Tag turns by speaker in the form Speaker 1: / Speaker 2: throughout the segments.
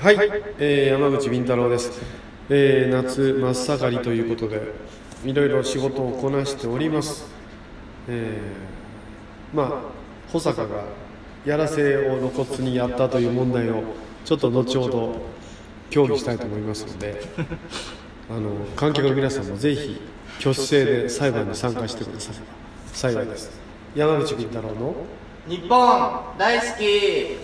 Speaker 1: はい、えー山口敏太郎です、えー夏真っ盛りということでいろいろ仕事をこなしております、えーまあ保坂がやらせを露骨にやったという問題をちょっと後ほど協議したいと思いますので あの観客の皆さんもぜひ挙手制で裁判に参加してください幸いです山口敏太郎の
Speaker 2: 日本大好き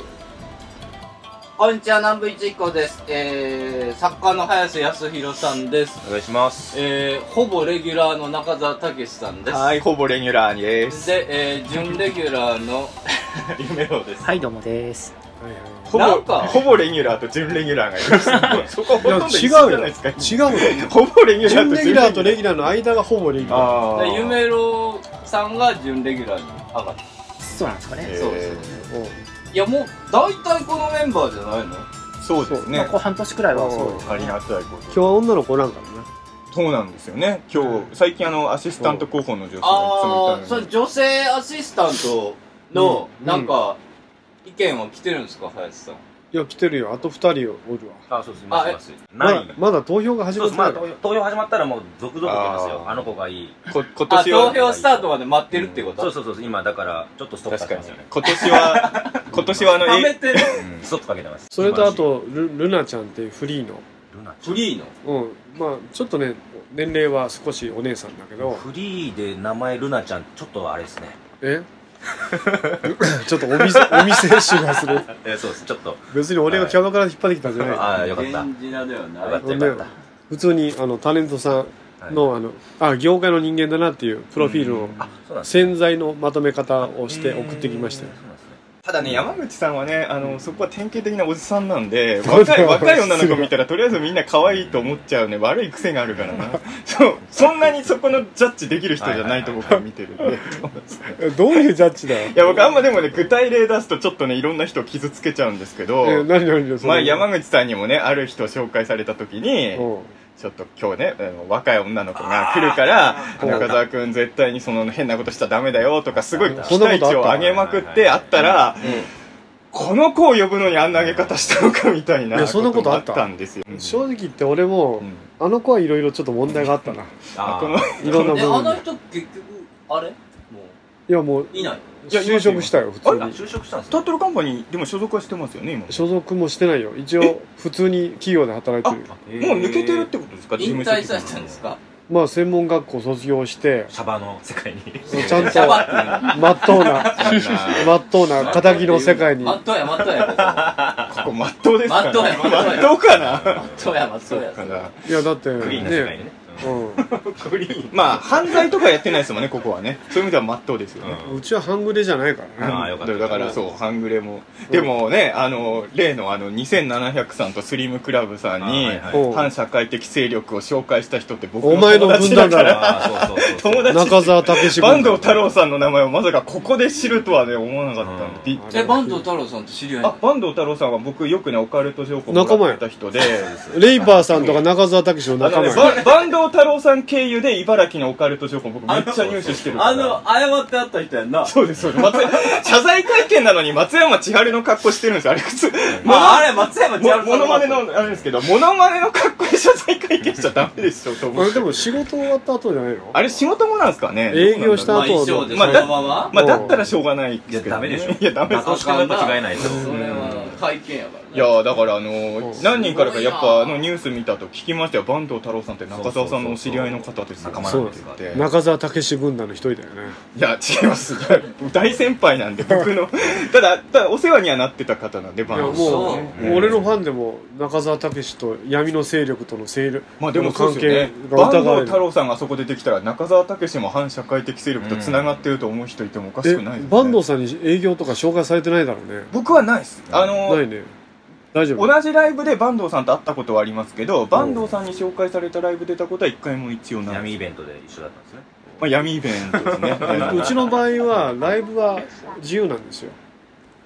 Speaker 2: こんにちは南部一彦です、えー、作家の早瀬康弘さんです、
Speaker 3: お願いします。
Speaker 2: えー、ほぼレギュラーの中澤武さんです
Speaker 3: はい、ほぼレギュラーです。
Speaker 2: で、えー、準レギュラーの夢郎です
Speaker 4: はいどうもです
Speaker 1: はいはい
Speaker 3: ほぼ
Speaker 2: なんか
Speaker 3: ほぼレギュラーと準レギュラーがいますね。 そこほ
Speaker 1: いや
Speaker 3: とんど一
Speaker 1: 違
Speaker 3: 緒
Speaker 1: う
Speaker 3: じゃ
Speaker 1: よ
Speaker 3: ないですか。
Speaker 1: 違うよ
Speaker 3: ほぼレギュラー
Speaker 1: 準
Speaker 3: と
Speaker 1: レギュラーとレ
Speaker 3: ギュ
Speaker 1: ギュラーの間がほぼレギュラー
Speaker 3: あー
Speaker 2: で夢郎さんが準レギュラーに上がった
Speaker 4: そうなんですかね
Speaker 3: えー
Speaker 2: そうですねいやもう大体このメンバーじゃないの
Speaker 3: そうです
Speaker 4: まあ
Speaker 3: ね
Speaker 4: こ。う半年くらいはそう
Speaker 3: ありがたいこと。
Speaker 1: 今日は女の子おらんからな
Speaker 3: そうなんですよね。今日最近あのアシスタント候補の女性がいつも
Speaker 2: ああ
Speaker 3: いたの
Speaker 2: それ
Speaker 3: に。
Speaker 2: 女性アシスタントの
Speaker 1: うん
Speaker 2: なんか意見は来てるんですか林さん
Speaker 1: いや来てるよあと2人おるわ
Speaker 5: あ、そうです、います、います。
Speaker 1: ま
Speaker 5: ない
Speaker 1: だ。まだ投票が始
Speaker 5: そ
Speaker 1: ま
Speaker 5: う
Speaker 1: ってない
Speaker 5: です、ま
Speaker 1: か
Speaker 5: あ、
Speaker 1: ら
Speaker 5: 投投票始まったらもう続々来てます
Speaker 3: あ
Speaker 5: よ。
Speaker 3: ー
Speaker 5: あの子がいい。
Speaker 3: こ今
Speaker 2: あ、
Speaker 3: 年
Speaker 2: 投
Speaker 3: は
Speaker 2: 票スタートまで待ってるってこ
Speaker 5: そ
Speaker 2: と
Speaker 5: うそうそうそう、今だから、ちょっとストップか
Speaker 3: 確
Speaker 5: け
Speaker 3: か
Speaker 5: てま
Speaker 3: に
Speaker 5: すよね。
Speaker 3: 今年 は今年はあの
Speaker 2: 貯め
Speaker 3: え
Speaker 2: てる
Speaker 3: うん
Speaker 5: ストップかけてます。
Speaker 1: それとあとルルナちゃんっていうフリーの
Speaker 5: ルナち
Speaker 2: フリーの
Speaker 1: うんまあちょっとね年齢は少しお姉さんだけ
Speaker 5: ゃ ん。
Speaker 1: ど
Speaker 5: フリーで名前ルナちゃん、ちょっとあれですね。
Speaker 1: え ちょっとお店 お店種がする
Speaker 5: えーそうです、ちょっと。
Speaker 1: 別に俺がキャバから引っ張ってきたんじゃない
Speaker 5: ああ、よかった。よ
Speaker 2: 源氏名だよな
Speaker 5: かった、よかった。
Speaker 1: 普通にあのタレントさんの,、あのあ業界の人間だなっていうプロフィールの
Speaker 5: あ、そうなんですね
Speaker 1: 潜在のまとめ方をして送ってきましたよ
Speaker 5: うーんそうなんですね
Speaker 3: ただね山口さんはねあのそこは典型的なおじさんなんで若い若い女の子見たらとりあえずみんな可愛いと思っちゃうね悪い癖があるからな そうそんなにそこのジャッジできる人じゃないと僕は見てるん で
Speaker 1: えどういうジャッ ジだよ
Speaker 3: いや僕あんまでもね具体例出すとちょっとねいろんな人を傷つけちゃうんですけど、
Speaker 1: え何何それ
Speaker 3: 前山口さんにもねある人を紹介された時に
Speaker 1: うん
Speaker 3: ちょっと今日ねあの若い女の子が来るから
Speaker 1: ー
Speaker 3: 中澤君絶対にその変なことしちゃダメだよとかすごい期
Speaker 1: そんな
Speaker 3: 待
Speaker 1: ことあった
Speaker 3: 値を上げまくってあったらこの子を呼ぶのにあんな上げ方したのかみたい
Speaker 1: い
Speaker 3: な
Speaker 1: やそんなことあった
Speaker 3: もあったんですよ、うん
Speaker 1: 正直言って俺も
Speaker 3: う、ん
Speaker 1: あの子はいろいろちょっと問題があったな
Speaker 3: あ
Speaker 5: あ
Speaker 3: この
Speaker 5: ー
Speaker 1: いろんな
Speaker 2: え、あ
Speaker 1: 部分
Speaker 2: の
Speaker 1: で
Speaker 2: 人結局、あれも
Speaker 1: いやもう
Speaker 2: う、いない
Speaker 3: いや
Speaker 1: 就職したよ普
Speaker 5: あ
Speaker 1: 通に
Speaker 5: 就職したんです
Speaker 3: タ
Speaker 5: か
Speaker 3: ートルカンパニーでも所属はしてますよね今も
Speaker 1: 所属もしてないよ一応普通に企業で働いてるよ
Speaker 3: う抜けてるっ
Speaker 5: え
Speaker 3: てことですか事
Speaker 2: 引
Speaker 3: 務所
Speaker 2: 退されたんですか
Speaker 1: まあ専門学校卒業して
Speaker 5: ーシャバの世 界に。
Speaker 1: ちゃん
Speaker 2: シャ
Speaker 1: と
Speaker 2: バっていうの
Speaker 1: まっとうな まっとうな仇の世界に
Speaker 2: まっとうや、まっとうや、ここ。ま
Speaker 3: ここまっとうですか
Speaker 2: まっとうやまっとうや
Speaker 3: まっとうかな
Speaker 2: っとうや、まっとうや。
Speaker 3: かない
Speaker 1: やだって
Speaker 5: クリーンな世界
Speaker 1: ね
Speaker 5: にね。
Speaker 3: まあ犯罪とかやってないですもんねここはねそういう意味ではまっとうですよね、
Speaker 1: うんうちは半グレじゃないからね
Speaker 5: ああよかった
Speaker 3: だからそう半グレも、でもねあの例のあの2700さんとスリムクラブさんに、
Speaker 5: あーはいはい
Speaker 1: おう
Speaker 3: 反社会的勢力を紹介した人って僕
Speaker 1: お前の
Speaker 3: 友達
Speaker 1: 分断だろ
Speaker 5: ああ、そうそう そう。
Speaker 3: 友達
Speaker 1: 中澤武志君
Speaker 3: 坂東太郎さんの名前をまさかここで知るとはね思わなかったんで、
Speaker 5: うん
Speaker 3: びっくり
Speaker 2: え、坂東太郎さんと知り合いな
Speaker 3: あ
Speaker 2: の
Speaker 3: 坂東太郎さんは僕よくねオカルト情報もらってた人で
Speaker 1: レイパーさんとか中澤武志の
Speaker 3: あ
Speaker 1: 仲
Speaker 3: のね
Speaker 1: 間
Speaker 3: ば坂東太郎さん経由で茨城のオカルト情報僕めっちゃ入手してるから
Speaker 2: あの、謝ってあった人やんな。
Speaker 3: そうですそうです松謝罪会見なのに松山千春の格好してるんですよあれ普通
Speaker 2: まあ、あれ、松山千
Speaker 3: も
Speaker 2: 春さ
Speaker 3: モ
Speaker 2: ん
Speaker 3: ノマネのあれですけどモノマネの格好で謝罪会見しちゃダメでしょと思
Speaker 1: あ
Speaker 3: っ
Speaker 1: れで
Speaker 3: て
Speaker 1: も仕事終わった後じゃないの
Speaker 3: あれ仕事もなんですかね
Speaker 1: 営業した
Speaker 2: まあ、
Speaker 1: 後
Speaker 2: 衣装でそ
Speaker 3: まあだ
Speaker 2: のまま。
Speaker 3: まあだったらしょうがないですけど、ね、
Speaker 5: いやダメでしょ
Speaker 3: いやダメです
Speaker 5: 中押し君と違いないと。
Speaker 2: それは、会見やからね。
Speaker 3: いやーだからあのー
Speaker 1: うん
Speaker 3: 何人からかやっ
Speaker 2: すごいな
Speaker 3: ぱあのニュース見たと聞きましたよ坂東太郎さんって中澤さんのお知り合いの方ですよ
Speaker 5: 仲間なんですか
Speaker 3: って言って
Speaker 1: 中澤武志軍団の一人だよね
Speaker 3: いや違います大先輩なんで僕のただただお世話にはなってた方なんで
Speaker 1: い
Speaker 3: 坂
Speaker 1: や
Speaker 3: 東さん
Speaker 1: も
Speaker 2: そうう
Speaker 1: もう俺のファンでも中澤武史と闇の勢力との勢力
Speaker 3: まあでもそうですよね坂
Speaker 1: 関係が疑わ
Speaker 3: 東
Speaker 1: れる
Speaker 3: 太郎さんがそこ出てきたら中澤武も反社会的勢力とつながってると思う人いてもおかしくないで
Speaker 1: え
Speaker 3: すね
Speaker 1: 坂東さんに営業とか紹介されてないだろうね
Speaker 3: 僕はないですあのー
Speaker 1: ないね大丈夫
Speaker 3: 同じライブで坂東さんと会ったことはありますけど坂東さんに紹介されたライブ出たことは一回も一応ない
Speaker 5: 闇イベントで一緒だったんですね。
Speaker 3: まあ、闇イベントです ね
Speaker 1: うちの場合はライブは自由なんですよ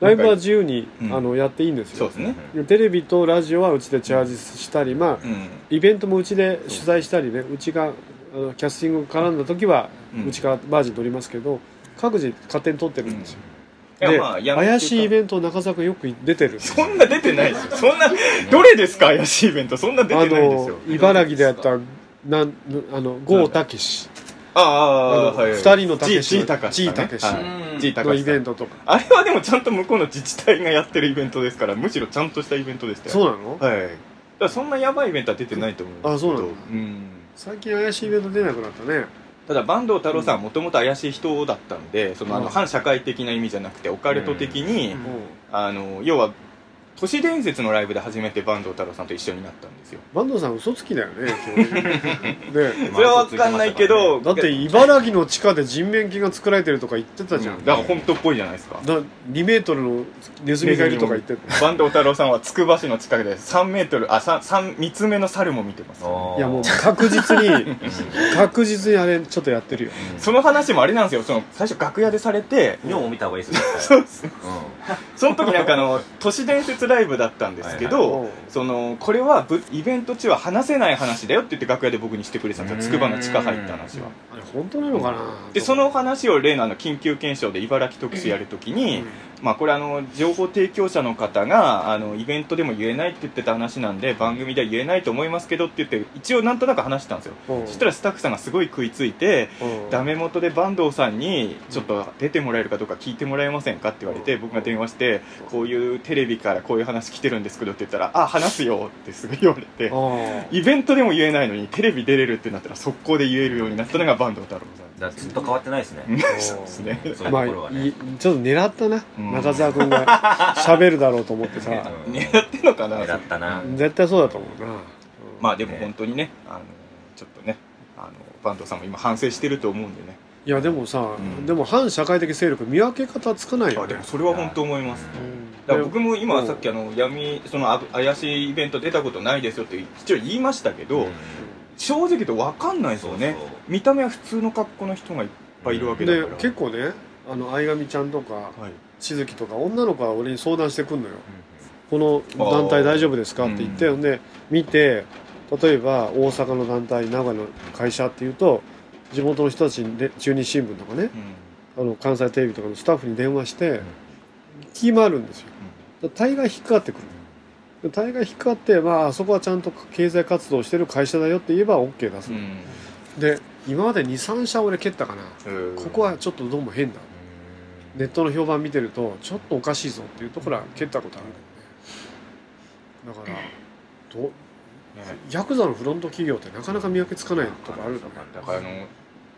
Speaker 1: ライブは自由に、
Speaker 3: うん
Speaker 1: あのやっていいんです
Speaker 3: そう
Speaker 1: よ
Speaker 3: ですね
Speaker 1: でテレビとラジオはうちでチャージしたりまあ
Speaker 3: うん
Speaker 1: イベントもうちで取材したりねうちがあのキャスティング絡んだ時は、
Speaker 3: う
Speaker 1: うんちからバージン撮りますけど各自勝手に撮ってるんですよ、
Speaker 3: いや
Speaker 1: で、
Speaker 3: まあやめてた
Speaker 1: 怪しいイベント中澤君よく出てる
Speaker 3: そんな出てないですよ。そんな、どれですか怪しいイベント。そんな 出てな
Speaker 1: あ
Speaker 3: いですよ
Speaker 1: の。茨城でやったなんあの郷武志
Speaker 3: あ
Speaker 1: あ
Speaker 3: あ、
Speaker 1: の
Speaker 3: はい。
Speaker 1: 二人のたけし
Speaker 3: G 高
Speaker 1: ジータケシ
Speaker 2: うん
Speaker 3: G 高
Speaker 1: の
Speaker 3: 橋
Speaker 1: イベントとか
Speaker 3: あれはでもちゃんと向こうの自治体がやってるイベントですから、むしろちゃんとしたイベントでしたよ。
Speaker 1: そうなの
Speaker 3: はい。だからそんなやばいイベントは出てないと思うんですけど。
Speaker 1: あそうなんだ
Speaker 3: うん。
Speaker 1: 最近怪しいイベント出なくなったね
Speaker 3: ただ坂東太郎さんはもともと怪しい人だったんで、そのあ
Speaker 1: うん
Speaker 3: の反社会的な意味じゃなくてオカルト的に、
Speaker 4: うん
Speaker 3: あの要は都市伝説のライブで初めて坂東太郎さんと一緒になったんですよ
Speaker 1: 坂東さん嘘つきだよね基本 的にね
Speaker 3: それは分かんないけど
Speaker 1: だって茨城の地下で人面犬が作られてるとか言ってたじゃん、
Speaker 3: だから本当っぽいじゃないですか
Speaker 1: だ2メートルのネズミがいるとか言ってた
Speaker 3: 坂東太郎さんはつくば市の近くで3メートルあ三三三つ目の猿も見てます
Speaker 1: いやもう確実に確実にあれちょっとやってるよ
Speaker 3: その話もあれなんですよその最初楽屋でされて
Speaker 5: 尿も見た方がいいですよ
Speaker 3: そうっす
Speaker 5: う
Speaker 3: その時なんかあの都市伝説ライブだったんですけど、
Speaker 1: はいはい
Speaker 3: そのこれはぶイベント中は話せない話だよって言って楽屋で僕にしてくれてたんですよつくばの地下入った話は
Speaker 1: あれ本当なのかな
Speaker 3: でその話を例のあの緊急検証で茨城特集やるときに、まあ、これあの情報提供者の方があのイベントでも言えないって言ってた話なんで番組では言えないと思いますけどって言って一応なんとなく話したんですよ
Speaker 1: うん
Speaker 3: そしたらスタッフさんがすごい食いついて
Speaker 1: うん
Speaker 3: ダメ元で坂東さんにちょっと出てもらえるかどうか聞いてもらえませんかって言われて僕が電話してこういうテレビからこういう話来てるんですけどって言ったらあ話すよってすぐ言われて
Speaker 1: あ
Speaker 3: イベントでも言えないのにテレビ出れるってなったら速攻で言えるようになったのが坂東太郎さん
Speaker 5: んだからずっと変わってないですね
Speaker 1: そうで
Speaker 3: ですね
Speaker 5: そういう
Speaker 1: まあ
Speaker 5: ところはね
Speaker 1: いちょっと狙ったな、
Speaker 3: うん
Speaker 1: 中澤君 が喋るだろうと思ってさ
Speaker 5: うん
Speaker 3: 狙ってんのかな
Speaker 5: 狙ったな
Speaker 1: 絶対そうだと思うな、
Speaker 3: まあでも本当にね、あのちょっとね、あの坂東さんも今反省してると思うんでね。
Speaker 1: いやでもさ、
Speaker 3: ん
Speaker 1: でも反社会的勢力見分け方つかないよ
Speaker 3: あで
Speaker 1: ね
Speaker 3: もそれは本当思います。
Speaker 1: うん
Speaker 3: だから僕も今さっきあの闇そのあ怪しいイベント出たことないですよって一応言いましたけど、
Speaker 5: うん
Speaker 3: 正直と分かんないですよね
Speaker 5: そうそう
Speaker 3: 見た目は普通の格好の人がいっぱいいるわけだか
Speaker 1: で
Speaker 3: ら、
Speaker 1: 結構ねあの相上ちゃんとか
Speaker 3: はい、
Speaker 1: しずきとか女の子が俺に相談してくんのよこの団
Speaker 3: あ
Speaker 1: 体
Speaker 3: ー
Speaker 1: 大丈夫ですかって言って、
Speaker 3: うん
Speaker 1: ん、で見て例えば大阪の団体名古屋の会社っていうと地元の人たちにで中日新聞とかね
Speaker 3: うん
Speaker 1: あの関西テレビとかのスタッフに電話して聞き回るんですよだから大概引っかかってくる大概引っかかって、まあ、あそこはちゃんと経済活動してる会社だよって言えば OK 出す、
Speaker 3: うん
Speaker 1: で今まで23社俺蹴ったかな、
Speaker 3: うん
Speaker 1: ここはちょっとどうも変だネットの評判見てるとちょっとおかしいぞっていうところは蹴ったことあるんだよねだからど
Speaker 3: ね
Speaker 1: ヤクザのフロント企業ってなかなか見分けつかないとこあるんだね
Speaker 3: だからあの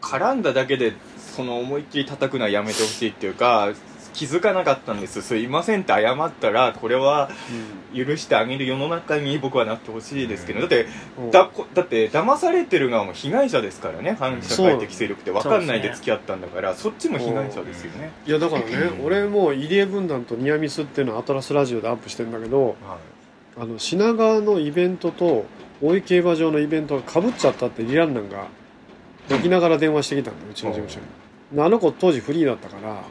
Speaker 3: 絡んだだけでその思いっきり叩くのはやめてほしいっていうか気づかなかったんですすいませんって謝ったらこれは許してあげる世の中に僕はなってほしいですけどだって
Speaker 1: うん
Speaker 3: だこだって騙されてる側も被害者ですからね反社会的勢力って分かんない
Speaker 4: そうです
Speaker 3: で
Speaker 4: ね
Speaker 3: 付き合ったんだからそっちも被害者ですよね、
Speaker 1: いやだからね俺も入江分団とニアミスっていうのはアトラスラジオでアップしてんだけど
Speaker 3: はい
Speaker 1: あの品川のイベントと大井競馬場のイベントがかぶっちゃったってリランナンが泣きながら電話してきたんだようちの事務所にあの子当時フリーだったから、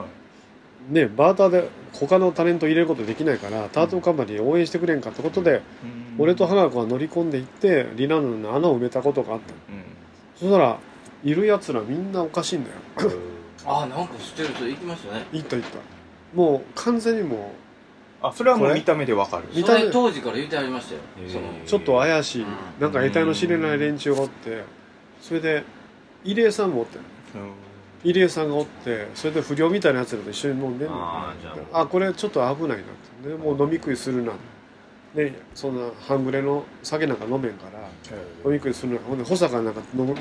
Speaker 1: ねバーターで他のタレント入れることできないからタートルカンパニー応援してくれんかってことで、
Speaker 3: うん
Speaker 1: 俺と花子が乗り込んでいってリランナンの穴を埋めたことがあったの
Speaker 3: う
Speaker 1: そしたらいるやつらみんなおかしいんだよ
Speaker 3: ん
Speaker 2: あなんか知ってる人行きましたね
Speaker 1: 行った行ったもう完全にも
Speaker 3: あそれはもう見た目で分かる
Speaker 1: 見
Speaker 2: そ
Speaker 1: た目
Speaker 2: れ当時から言ってありましたよ
Speaker 5: へー
Speaker 2: その
Speaker 1: うちょっと怪しい、
Speaker 2: うん
Speaker 1: なんか得体の知れない連中がおってそれで入江さんもおって
Speaker 3: うん
Speaker 1: 入江さんがおってそれで不良みたいなやつらと一緒に飲んでんの
Speaker 5: あーじゃあもう
Speaker 1: あこれちょっと危ないなって、ね、もう飲み食いするなねそんな半グレの酒なんか飲めんから飲み食いするなほんで保坂なんか飲む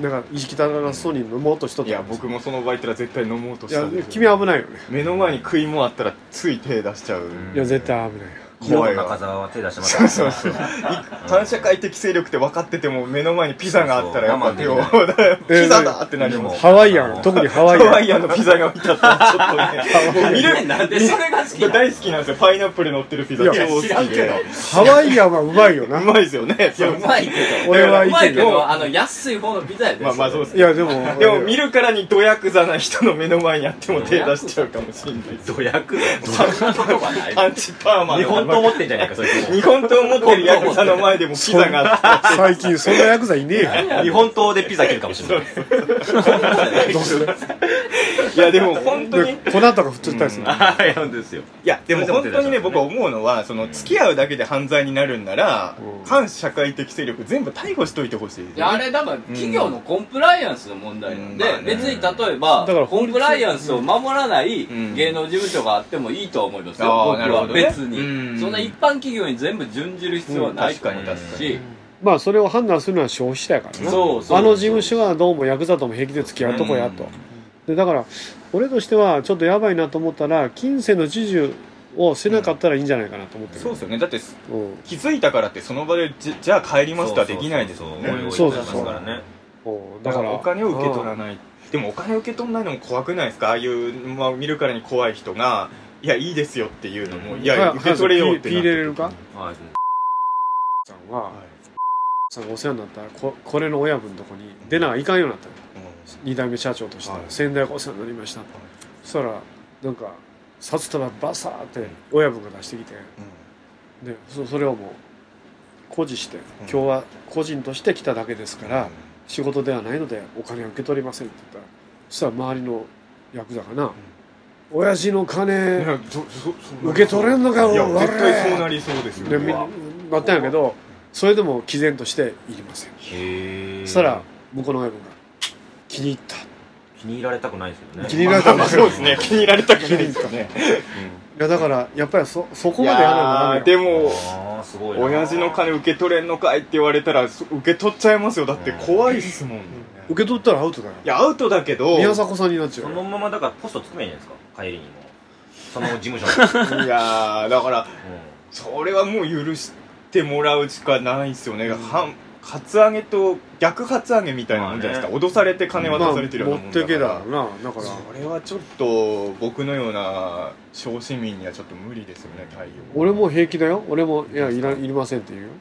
Speaker 1: なんか意識たらしそうに飲もうとしとっ
Speaker 3: い
Speaker 1: た
Speaker 3: や
Speaker 1: んです
Speaker 3: 僕
Speaker 1: よ
Speaker 3: もその場合ったら絶対飲もうとしたん
Speaker 1: い
Speaker 3: で
Speaker 1: や
Speaker 3: すよ
Speaker 1: 君は危ないよね
Speaker 3: 目の前に食いもんあったらつい手出しちゃう、
Speaker 5: ん
Speaker 1: いや絶対危ないよ
Speaker 3: 怖いわ
Speaker 5: 中澤は手出してま
Speaker 3: そうそう
Speaker 5: す
Speaker 3: そうい反社会的勢力って分かってても目の前にピザがあったらやっぱ手を
Speaker 5: そうそう
Speaker 1: え
Speaker 3: ピザ だってなります
Speaker 1: ハワイアン特にハワイ
Speaker 3: ハワ
Speaker 1: アン
Speaker 3: イアンのピザが置いてあったらちょっとね見れる
Speaker 2: なんでそれが好きなの
Speaker 3: 大好きなんですよパイナップル乗ってるピザ
Speaker 1: いや
Speaker 3: 超好き
Speaker 2: 知らんけ
Speaker 3: で
Speaker 2: ど
Speaker 1: ハワイアンはうまいよな
Speaker 3: うまいですよね
Speaker 2: いやうまいけど
Speaker 1: 俺は
Speaker 2: うまい
Speaker 1: い
Speaker 2: け
Speaker 1: ける
Speaker 2: どあの安い方のピザやで
Speaker 3: まあまあそう
Speaker 2: れ
Speaker 3: です
Speaker 1: いやでも
Speaker 3: でも見るからにドヤクザな人の目の前にあっても手出しちゃうかもしれないです
Speaker 5: 土薬そんなことはない
Speaker 3: パンチパーマの
Speaker 5: 日本刀持ってんじゃねえかそ い
Speaker 3: 日本刀持ってるヤクザの前でもピザがあったら
Speaker 1: 最近そんなヤクザいねえよ
Speaker 5: つ日本刀でピザ切るかもしれない
Speaker 1: どうする
Speaker 3: いやでも本当にい
Speaker 1: で粉とか振っちゃったりする、
Speaker 5: はい、本当ですよ。
Speaker 3: やでも本当にね僕は
Speaker 5: は
Speaker 3: 思うのはその付き合うだけで犯罪になるんなら
Speaker 1: うん
Speaker 3: 反社会的勢力全部逮捕しといてほしいです
Speaker 2: いやあれだから企業のコンプライアンスの問題なんで、
Speaker 3: うんまあね
Speaker 2: 別に例えば
Speaker 1: だから
Speaker 2: コンプライアンスを守らない
Speaker 3: うん
Speaker 2: 芸能事務所があってもいいとは思いますよ、
Speaker 3: あー
Speaker 2: 僕
Speaker 3: なるほ
Speaker 2: は
Speaker 3: どね
Speaker 2: 別に、
Speaker 3: うん
Speaker 2: そんな一般企業に全部準じる必要はない
Speaker 3: 確
Speaker 2: と
Speaker 3: か
Speaker 2: 思
Speaker 3: に
Speaker 2: う
Speaker 3: 確かに
Speaker 2: し、
Speaker 1: まあそれを判断するのは消費者やからな
Speaker 2: そうそう
Speaker 1: あの事務所はどうもヤクザとも平気で付き合うとこやと、
Speaker 3: うん
Speaker 1: でだから俺としてはちょっとやばいなと思ったら金銭の授受をせなかったらいいんじゃないかなと思ってる、
Speaker 3: そうですよねだって
Speaker 1: うん
Speaker 3: 気づいたからってその場でじじゃあ帰りますとはできないです
Speaker 5: そう
Speaker 3: もん
Speaker 5: そうそう
Speaker 3: ね
Speaker 1: そうそう
Speaker 5: そう。からね。
Speaker 1: うんだ
Speaker 3: だか
Speaker 1: からら
Speaker 3: お金を受け取らないでもお金を受け取らないのも怖くないですかああいう、まあ、見るからに怖い人がいやいいですよっていうのもいや
Speaker 1: はい
Speaker 3: 受け取れようって
Speaker 1: ピ
Speaker 3: なっ
Speaker 1: ー
Speaker 3: て
Speaker 1: 入れれるか
Speaker 5: はい。
Speaker 1: さんは、さんがお世話になったここれの親分のとこに出ないかんようになったの2代目社長として、
Speaker 3: はい
Speaker 1: 先代がお世話になりました、そしたらなんか札束バサーって親分が出してきてでそそれをもう誇示して、今日は個人として来ただけですから、仕事ではないのでお金は受け取りませんって言ったらそしたら周りのヤクザかな、親父の金、 受け取れんのか
Speaker 3: いや
Speaker 1: おい
Speaker 3: 絶対そうなりそうですよ
Speaker 1: でみん
Speaker 3: ね
Speaker 1: ななったんやけどそれでも毅然として「いりません」
Speaker 5: へえ。
Speaker 1: そしたら向こうの親分が「気に入った
Speaker 5: 気に入られたくないですよね。
Speaker 1: 気に入られたん
Speaker 3: ま
Speaker 1: だ
Speaker 3: あそうですね気に入られたくないですよね」
Speaker 1: いやだからやっぱりそそこ
Speaker 3: い
Speaker 1: まで嫌な
Speaker 3: や
Speaker 1: んだ
Speaker 3: で
Speaker 1: な
Speaker 3: も
Speaker 5: ああ、すごいな。
Speaker 3: 親父の金受け取れんのかいって言われたらそ受け取っちゃいますよだって怖いっすもん、
Speaker 1: 受け取ったらアウトだよ
Speaker 3: いやアウトだけど
Speaker 1: 宮迫さんになっちゃ
Speaker 5: そう
Speaker 1: よ
Speaker 5: のままだからポスト作ればいいんじゃないですか。帰りにも。その事務所に。
Speaker 3: いやーだから
Speaker 5: う
Speaker 3: それはもう許してもらうしかないですよね、はん発上げと逆発上げみたいなもんじゃないですか、脅されて金渡されてるような
Speaker 1: まあ
Speaker 3: も
Speaker 1: 持
Speaker 3: ん
Speaker 1: ってけ
Speaker 3: だか
Speaker 1: だ
Speaker 3: ら
Speaker 1: ろうなだから
Speaker 3: それはちょっと僕のような小市民にはちょっと無理ですよね対応
Speaker 1: 俺も平気だよ俺も「いやいらいりません」って言うよ
Speaker 5: ん
Speaker 1: い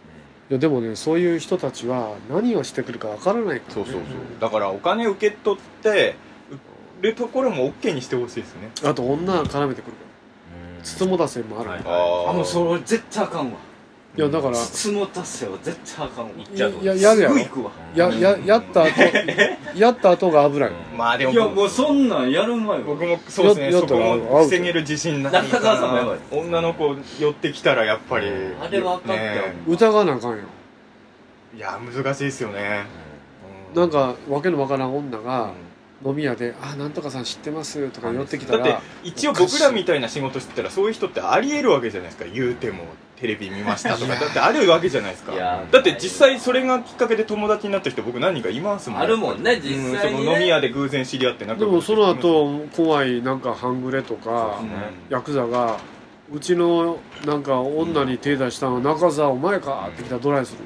Speaker 1: やでもねそういう人たちは何をしてくるかわからないから、ね、
Speaker 3: そうそうそうだからお金受け取って売るところも OK にしてほしいですね
Speaker 1: あと女絡めてくるから
Speaker 5: うん
Speaker 1: 筒も出せもある、
Speaker 5: はい
Speaker 1: い、
Speaker 2: あもう
Speaker 3: う
Speaker 2: それ絶対あかんわ
Speaker 1: やだから
Speaker 2: 質問達成は絶対あかんわ
Speaker 5: 行っちゃうと
Speaker 1: いややるや
Speaker 2: す
Speaker 1: ろ
Speaker 2: ぐ行くわ
Speaker 1: やややった 後やった後が危ない、
Speaker 5: うん
Speaker 3: まあでも
Speaker 2: いやもうそんなんやる前は
Speaker 3: 僕もそうですね
Speaker 1: よ
Speaker 3: そこも防げる自信ない
Speaker 2: 中川さんもやばい
Speaker 3: 女の子寄ってきたらやっぱり
Speaker 2: あれはあかんって
Speaker 3: ね
Speaker 1: 疑わなあかんよ
Speaker 3: いや難しいですよねう
Speaker 1: なんかわけのわからん女
Speaker 3: うん
Speaker 1: が飲み屋で「あなんとかさん知ってます」とか寄ってきた
Speaker 3: だって
Speaker 1: ら
Speaker 3: 一応僕らみたいな仕事してたらそういう人ってありえるわけじゃないですか言うてもテレビ見ましたとかだってあるわけじゃないですか
Speaker 2: いや
Speaker 3: だって実際それがきっかけで友達になった人僕何人かいますもん
Speaker 2: あるもんね実際にね
Speaker 3: うんその飲み屋で偶然知り合ってなんか
Speaker 1: でもその後怖いなんか半グレとか、
Speaker 3: うん
Speaker 1: ヤクザが「うちのなんか女に手出したの中澤お前か」って来たらドライする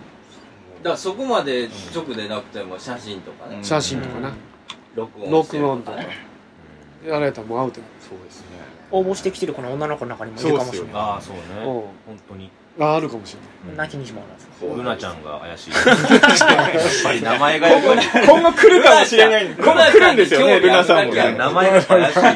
Speaker 2: だからそこまで直でなくても写真とかね、
Speaker 1: 写真とかな、
Speaker 2: 録音して
Speaker 1: 録音とかやられたらもうアウトや
Speaker 3: そうですね
Speaker 4: 応募してきてるこの女の子の中にもいるかもしれない
Speaker 5: ああ、そうね。
Speaker 1: うん
Speaker 5: 本当に。
Speaker 1: ああるかもしれない
Speaker 5: うん
Speaker 4: 泣きにしまうんです
Speaker 5: ルナちゃんが怪し い。やっぱり名前がやばい。
Speaker 3: 今後来るかもしれないんで今後来るんですよねルナさんも
Speaker 5: いや、
Speaker 3: ね
Speaker 5: 名前が怪しいですよ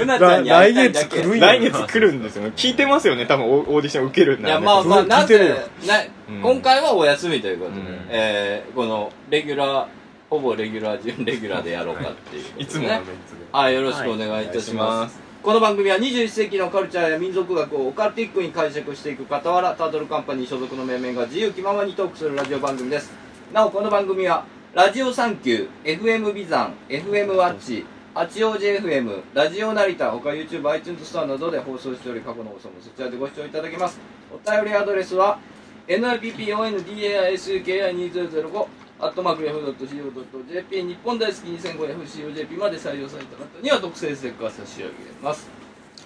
Speaker 2: ル
Speaker 5: ね。
Speaker 2: ナちゃんに会いたいだ
Speaker 1: 来月
Speaker 2: け
Speaker 1: 来るんや
Speaker 3: 来月来るんですよね聞いてますよね多分オーディション受けるん
Speaker 2: い
Speaker 3: だよ
Speaker 2: や
Speaker 3: ね
Speaker 2: まあまあ
Speaker 1: うん
Speaker 2: な
Speaker 1: 聞いてるよ
Speaker 2: ぜな
Speaker 3: うん
Speaker 2: 今回はお休みということで、
Speaker 3: うん
Speaker 2: えーこのレギュラーほぼレギュラー準レギュラーでやろうかっていうことで、ね、
Speaker 3: いつものメンツで
Speaker 2: はいよろしくお願いいたします、
Speaker 3: す
Speaker 2: この番組は21世紀のカルチャーや民族学をオカルティックに解釈していく傍らタートルカンパニー所属の面々が自由気ままにトークするラジオ番組ですなおこの番組はラジオサンキュー FM ビザン FM ワッチ八王子 FM ラジオ成田他 YouTube、iTunes ストアなどで放送しており過去の放送もそちらでご視聴いただけますお便りアドレスは NRPPONDASUKI2005 アットマーク F.CO.JP 日本大好き 2005FCOJP まで採用された方には特製ステッカー差し上げます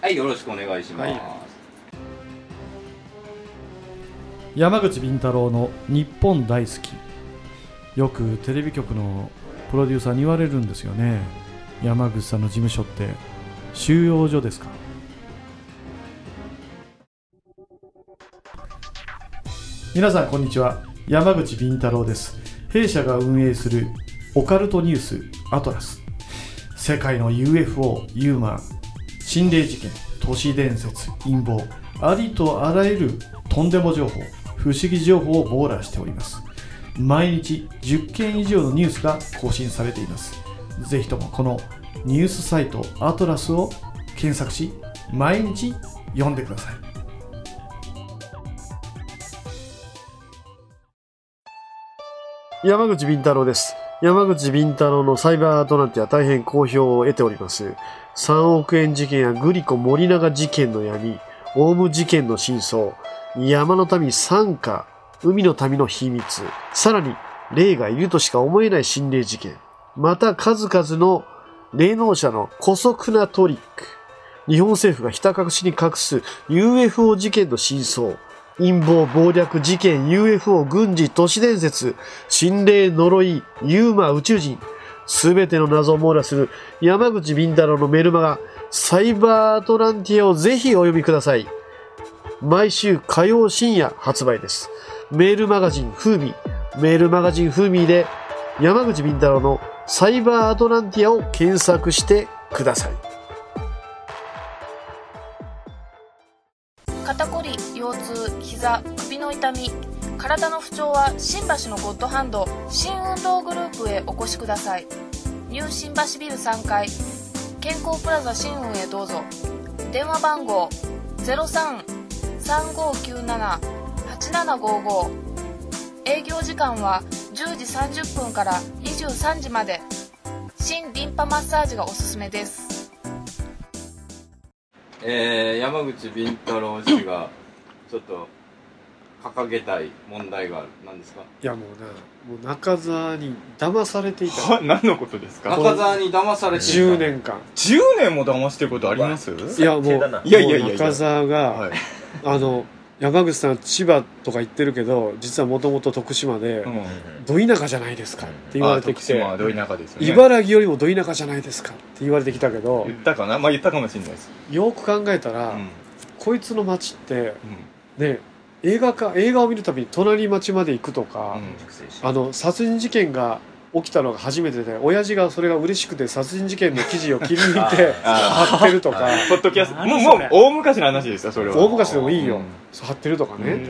Speaker 2: はいよろしくお願いします、
Speaker 6: 山口敏太郎の日本大好きよくテレビ局のプロデューサーに言われるんですよね山口さんの事務所って収容所ですか皆さんこんにちは山口敏太郎です弊社が運営するオカルトニュースアトラス世界の UFO ユーマン心霊事件都市伝説陰謀ありとあらゆるとんでも情報不思議情報を網羅しております毎日10件以上のニュースが更新されていますぜひともこのニュースサイトアトラスを検索し毎日読んでください
Speaker 1: 山口敏太郎です。山口敏太郎のサイバーアトランティア大変好評を得ております。3億円事件やグリコ森永事件の闇、オウム事件の真相、山の民参加、海の民の秘密、さらに霊がいるとしか思えない心霊事件、また数々の霊能者の古速なトリック、日本政府がひた隠しに隠す UFO 事件の真相、陰謀、暴略、事件、UFO、軍事、都市伝説、心霊、呪い、ユーマ、宇宙人、すべての謎を網羅する山口敏太郎のメルマガ、サイバーアトランティアをぜひお読みください。毎週火曜深夜発売です。メールマガジンフーミー、メールマガジンフーミーで山口敏太郎のサイバーアトランティアを検索してください。
Speaker 7: 肩こり腰痛膝首の痛み体の不調は新橋のゴッドハンド新運動グループへお越しくださいニュー新橋ビル3階健康プラザ新運へどうぞ電話番号0335978755営業時間は10時30分から23時まで新リンパマッサージがおすすめです
Speaker 2: えー、山口敏太郎氏がちょっと掲げたい問題がある何ですか
Speaker 1: いやもうな、もう中澤に騙されていた。
Speaker 3: は何のことですか
Speaker 2: 中澤に騙されていた
Speaker 1: 10年間。
Speaker 3: 10年も騙してることあります
Speaker 1: いやもう、
Speaker 5: 最低だない
Speaker 3: やいやいやいや
Speaker 1: もう中澤が、
Speaker 3: はい
Speaker 1: あの、山口さん千葉とか言ってるけど、実はもともと徳島で、
Speaker 3: うん
Speaker 1: ど田舎じゃないですかって言われてきて、
Speaker 3: あ徳島はど田舎ですよね
Speaker 1: 茨城よりもど田舎じゃないですかって言われてきたけど
Speaker 3: 言、ったかなまあ言ったかもしれないです
Speaker 1: よく考えたら、
Speaker 3: うん
Speaker 1: こいつの町って、
Speaker 3: うん
Speaker 1: ね、映画か、映画を見るたびに隣町まで行くとか、
Speaker 5: 熟成し
Speaker 1: あの、殺人事件が、起きたのが初めてで親父がそれが嬉しくて殺人事件の記事を切り抜いて
Speaker 3: あ
Speaker 1: 貼ってるとか
Speaker 3: ポッドキャスト
Speaker 4: 何
Speaker 3: もうも
Speaker 4: そうれ
Speaker 3: 大昔の話ですよそれは
Speaker 1: 大昔でもいいよ、
Speaker 3: うん
Speaker 1: そう貼ってるとか
Speaker 3: う
Speaker 1: ね、
Speaker 3: ん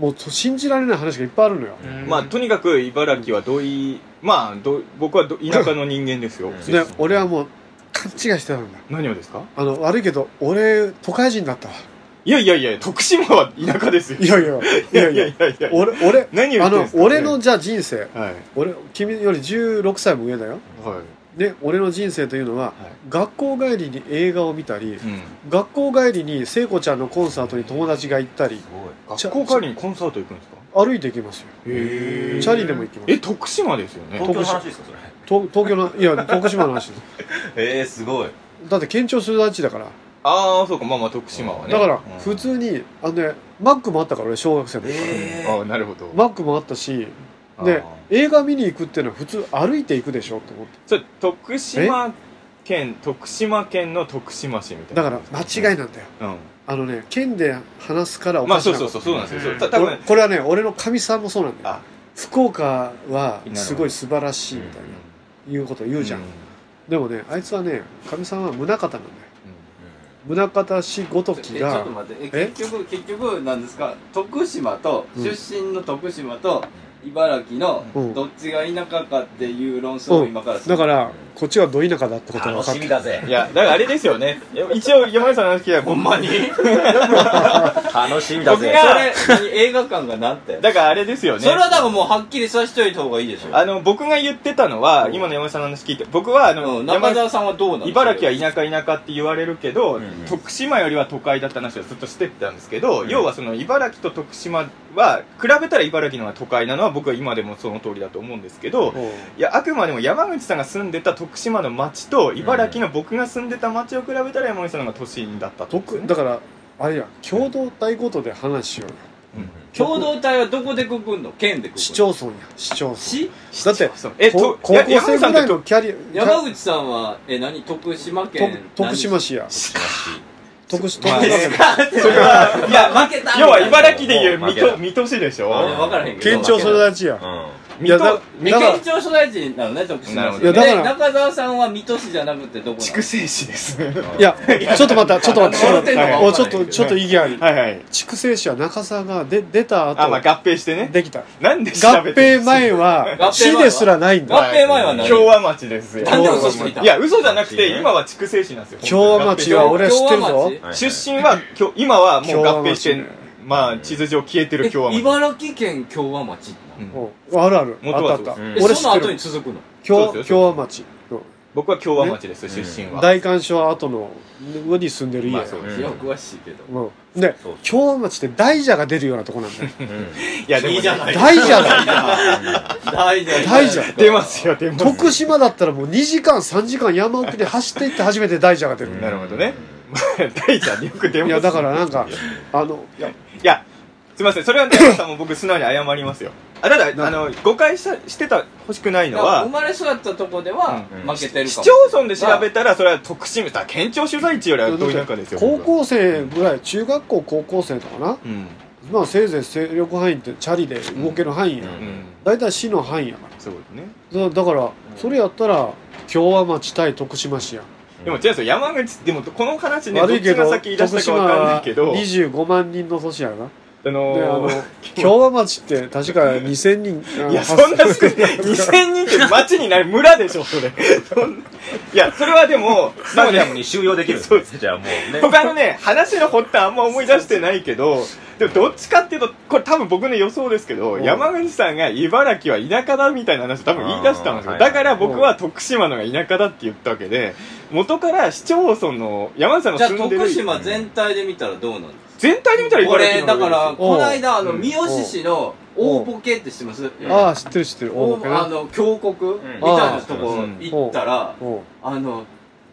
Speaker 1: もうと信じられない話がいっぱいあるのよ、
Speaker 3: まあとにかく茨城はどいまあど僕はど田舎の人間です よ
Speaker 5: うん
Speaker 1: で俺はもう勘違いしてたんだ
Speaker 3: 何をですか
Speaker 1: あの悪いけど俺都会人だったわ
Speaker 3: いやいやいや徳島は田舎ですよ
Speaker 1: いやいやい
Speaker 3: いや
Speaker 1: や
Speaker 3: い
Speaker 1: い
Speaker 3: や
Speaker 1: や
Speaker 3: いやいや
Speaker 1: 俺俺
Speaker 3: 何を言
Speaker 1: あ
Speaker 3: ってん
Speaker 1: の
Speaker 3: ですか
Speaker 1: 俺のじゃあ人生
Speaker 3: はい
Speaker 1: 俺君より16歳も上だよ
Speaker 3: は
Speaker 1: で俺の人生というのは、
Speaker 3: い
Speaker 1: 学校帰りに映画を見たり
Speaker 3: いうん
Speaker 1: 学校帰りに聖子ちゃんのコンサートに友達が行ったり
Speaker 5: すごい
Speaker 1: ちゃ
Speaker 3: 学校帰りにコンサート行くんですか
Speaker 1: 歩いて行きますよ
Speaker 3: へ
Speaker 1: チャリでも行きます
Speaker 3: え徳島ですよね
Speaker 5: 東京の話ですかそれ
Speaker 1: 東東京のいや徳島の話です
Speaker 5: えー、すごい
Speaker 1: だって県庁所在地だから
Speaker 3: ああそうかまあまあ徳島はね
Speaker 1: だから
Speaker 3: うん
Speaker 1: 普通に、あのねマックもあったから俺小学生の時から、
Speaker 5: え
Speaker 3: ああなるほど
Speaker 1: マックもあったしで
Speaker 5: あ
Speaker 1: 映画見に行くっていうのは普通歩いて行くでしょと思って
Speaker 3: それ徳島県徳島県の徳島市みたい
Speaker 1: だ
Speaker 3: な
Speaker 1: から間違いなんだよ
Speaker 3: うん
Speaker 1: あのね県で話すからお
Speaker 3: まあ
Speaker 1: かし
Speaker 3: そう
Speaker 1: な
Speaker 3: そうそうそうなんですよそう
Speaker 1: こ
Speaker 3: た多分
Speaker 1: これはね俺のかみさんもそうなんだよ
Speaker 3: あ
Speaker 1: 福岡は
Speaker 3: なるほど
Speaker 1: すごい素晴らしいみたいな、いうことを言うじゃん、でもねあいつはねかみさんは宗像なんだよ宗像氏ごとき
Speaker 2: えちょっ
Speaker 1: が
Speaker 2: と待って
Speaker 1: え
Speaker 2: え結局結局なんですか徳島と出身の徳島と茨城の
Speaker 1: うん
Speaker 2: どっちが田舎かっていう論争を今からする
Speaker 1: だからこっちはど田舎だってことが分
Speaker 5: 楽
Speaker 1: かっ
Speaker 5: しみ
Speaker 1: て
Speaker 5: だぜ
Speaker 3: いやだからあれですよねや一応山内さんの話聞いたら
Speaker 5: ほんまに楽しみだ
Speaker 3: 僕
Speaker 5: ぜ
Speaker 3: が
Speaker 2: それ何映画館がなんて
Speaker 3: だからあれですよね
Speaker 2: それはだからもうはっきりさせといた方がいいでしょ
Speaker 3: あの僕が言ってたのは今の山内さんの話聞いて僕はあの
Speaker 2: うん中
Speaker 3: 山内
Speaker 2: 澤さんはどうなの
Speaker 3: 茨城は田舎田舎って言われるけど、
Speaker 5: うんうん
Speaker 3: 徳島よりは都会だった話をずっとしてたんですけど、要はその茨城と徳島は比べたら茨城の方が都会なのは僕は今でもその通りだと思うんですけど、
Speaker 1: うん
Speaker 3: いやあくまでも山口さんが住んでた徳島の町と茨城の僕が住んでた町を比べたら山口さんの方が都心だったと、
Speaker 1: 僕だからあれや共同体ごとで話しようよ
Speaker 2: 共同体はどこでくくんの県でくくんの
Speaker 1: 市町村や市町村
Speaker 2: 市
Speaker 1: だって
Speaker 3: そうえ
Speaker 1: 高
Speaker 3: と
Speaker 1: 高校
Speaker 3: や
Speaker 1: 生
Speaker 3: 山口さ
Speaker 1: ぐ
Speaker 3: ん
Speaker 1: ら
Speaker 3: っ
Speaker 1: い
Speaker 3: て
Speaker 1: の
Speaker 3: と
Speaker 1: キャリ
Speaker 2: 山口さんはえ何徳島
Speaker 1: キャ
Speaker 2: 県
Speaker 1: と徳 島市や徳島
Speaker 3: まあ
Speaker 1: 徳島県
Speaker 3: それはい
Speaker 2: 何いや
Speaker 3: や
Speaker 2: 負けた
Speaker 3: 要は茨城でいう
Speaker 5: もう
Speaker 3: 水
Speaker 5: 負けた
Speaker 3: 戸水戸市でしょ
Speaker 2: 分からへんけど
Speaker 1: 県庁所在地や
Speaker 5: う
Speaker 1: いやだ
Speaker 2: 三
Speaker 1: だから
Speaker 2: 県庁所在地なのね、徳島市。
Speaker 3: なるほど
Speaker 1: ね
Speaker 2: で
Speaker 1: いやだ
Speaker 2: 中澤さんは水戸市じゃなくてどこな
Speaker 3: 畜生市です。はい
Speaker 1: やちょっと待ったちょっと待ってちょっと待っ
Speaker 2: 笑ってんの
Speaker 1: て
Speaker 2: か
Speaker 1: おちょっとちょっと意義ある
Speaker 3: い はい。
Speaker 1: 筑西市は中澤がで出た後
Speaker 3: あ、まあ合併してね。
Speaker 1: できた
Speaker 3: なんで
Speaker 1: 合併前
Speaker 2: 合併前は
Speaker 1: は市ですらないん
Speaker 2: の合
Speaker 1: だ
Speaker 3: は
Speaker 2: 併前は何
Speaker 3: 共和町ですよ。
Speaker 2: なんで嘘ついた
Speaker 3: いや、嘘じゃなくて、今は筑西市なんですよ。
Speaker 1: 共和町は俺は知ってる
Speaker 2: 共和
Speaker 1: ぞ
Speaker 2: 町
Speaker 5: はい
Speaker 3: 出身は、きょ今はもう合併し
Speaker 1: 共和町、
Speaker 3: てまあ、地図上消えてる共和
Speaker 2: え
Speaker 3: 町。
Speaker 2: 茨城県共和町なの
Speaker 1: うんあるある
Speaker 3: 元は
Speaker 1: あったあっ
Speaker 3: そ
Speaker 1: た
Speaker 3: う
Speaker 5: です
Speaker 2: え
Speaker 1: 俺知
Speaker 2: その
Speaker 1: って
Speaker 2: 後に
Speaker 1: る
Speaker 2: 続くの
Speaker 3: そう
Speaker 1: 共
Speaker 3: ですよ
Speaker 1: 共和町の
Speaker 3: 僕は共和町です、出身は。
Speaker 1: 大観賞後の上に住んでる家
Speaker 3: まあそう
Speaker 5: うん
Speaker 2: いや詳しいけど
Speaker 1: うんで
Speaker 5: そう
Speaker 1: 京和町って大蛇が出るようなとこなんだ よ
Speaker 3: いや、でもね
Speaker 5: いいじゃない
Speaker 1: 大蛇だ
Speaker 2: 大丈夫
Speaker 1: 大丈夫
Speaker 3: 出ますよ、出 ますよ。
Speaker 1: 徳島だったらもう2時間3時間山奥で走っていって初めて大蛇が出る
Speaker 3: なるほどね。 大ちゃんよく出ます
Speaker 1: いやだからなんかあのいや
Speaker 3: いや、すみません、それはね、山さんも僕、素直に謝りますよ。あただ、あの、誤解したしてた、欲しくないの
Speaker 2: 生
Speaker 3: は、
Speaker 2: まれ育ったとこでは
Speaker 5: うん
Speaker 2: 負けてるか
Speaker 3: 市
Speaker 2: も
Speaker 3: 町村で調べたら、それは徳島、だ県庁所在地よりは遠い中ですよ。
Speaker 1: 高
Speaker 3: 僕は
Speaker 1: 校生ぐらい中学校高校生とかな
Speaker 3: うん。
Speaker 1: まあせいぜい勢力範囲ってチャリで動ける範囲や
Speaker 5: うん
Speaker 3: うん。
Speaker 1: 大体市の範囲やか
Speaker 3: そうですね。
Speaker 1: らだだからそれやったら京和町対徳島市や
Speaker 3: でも違うんですよ、山口、でもこの話ね、ど
Speaker 1: 悪
Speaker 3: っ
Speaker 1: いけ
Speaker 3: ちが
Speaker 1: ど
Speaker 3: 先言い出し
Speaker 1: 徳
Speaker 3: たか
Speaker 1: 島
Speaker 3: わかんない
Speaker 1: は
Speaker 3: けど、
Speaker 1: 25万人の都市やな
Speaker 3: あ
Speaker 1: であの
Speaker 3: のー、
Speaker 1: 京和町って確か2000人
Speaker 3: いや、そん
Speaker 1: あの
Speaker 3: な少ない。2000人って町になる村でしょ、それ。そんないや、それはでも、
Speaker 5: スタジアムに収容できるんですねじゃあもうね
Speaker 3: 他のね、話の発端あんま思い出してないけど、でもどっちかっていうと、これ多分僕の予想ですけど、
Speaker 1: うん
Speaker 3: 山口さんが茨城は田舎だみたいな話を多分言い出したんです
Speaker 5: あ
Speaker 3: よ。
Speaker 5: ーは
Speaker 3: だ
Speaker 5: い
Speaker 3: から僕は徳島のが田舎だって言ったわけで、元から市町村の、山口さんの
Speaker 2: じゃあ
Speaker 3: 住んで
Speaker 2: 徳
Speaker 3: る
Speaker 2: 島全体で見たらどうなんです
Speaker 3: 全体で見たら
Speaker 2: か
Speaker 3: 茨
Speaker 2: 俺
Speaker 3: 城
Speaker 2: だ
Speaker 3: の
Speaker 2: か
Speaker 3: 方が
Speaker 2: ら
Speaker 3: いいですよ
Speaker 2: この間あの
Speaker 1: うん
Speaker 2: 三好市の大ボケって知ってます
Speaker 1: ああ知ってる知ってる
Speaker 2: 大
Speaker 1: 大
Speaker 2: あの峡谷みたいなとこ行ったら
Speaker 1: うん
Speaker 2: あの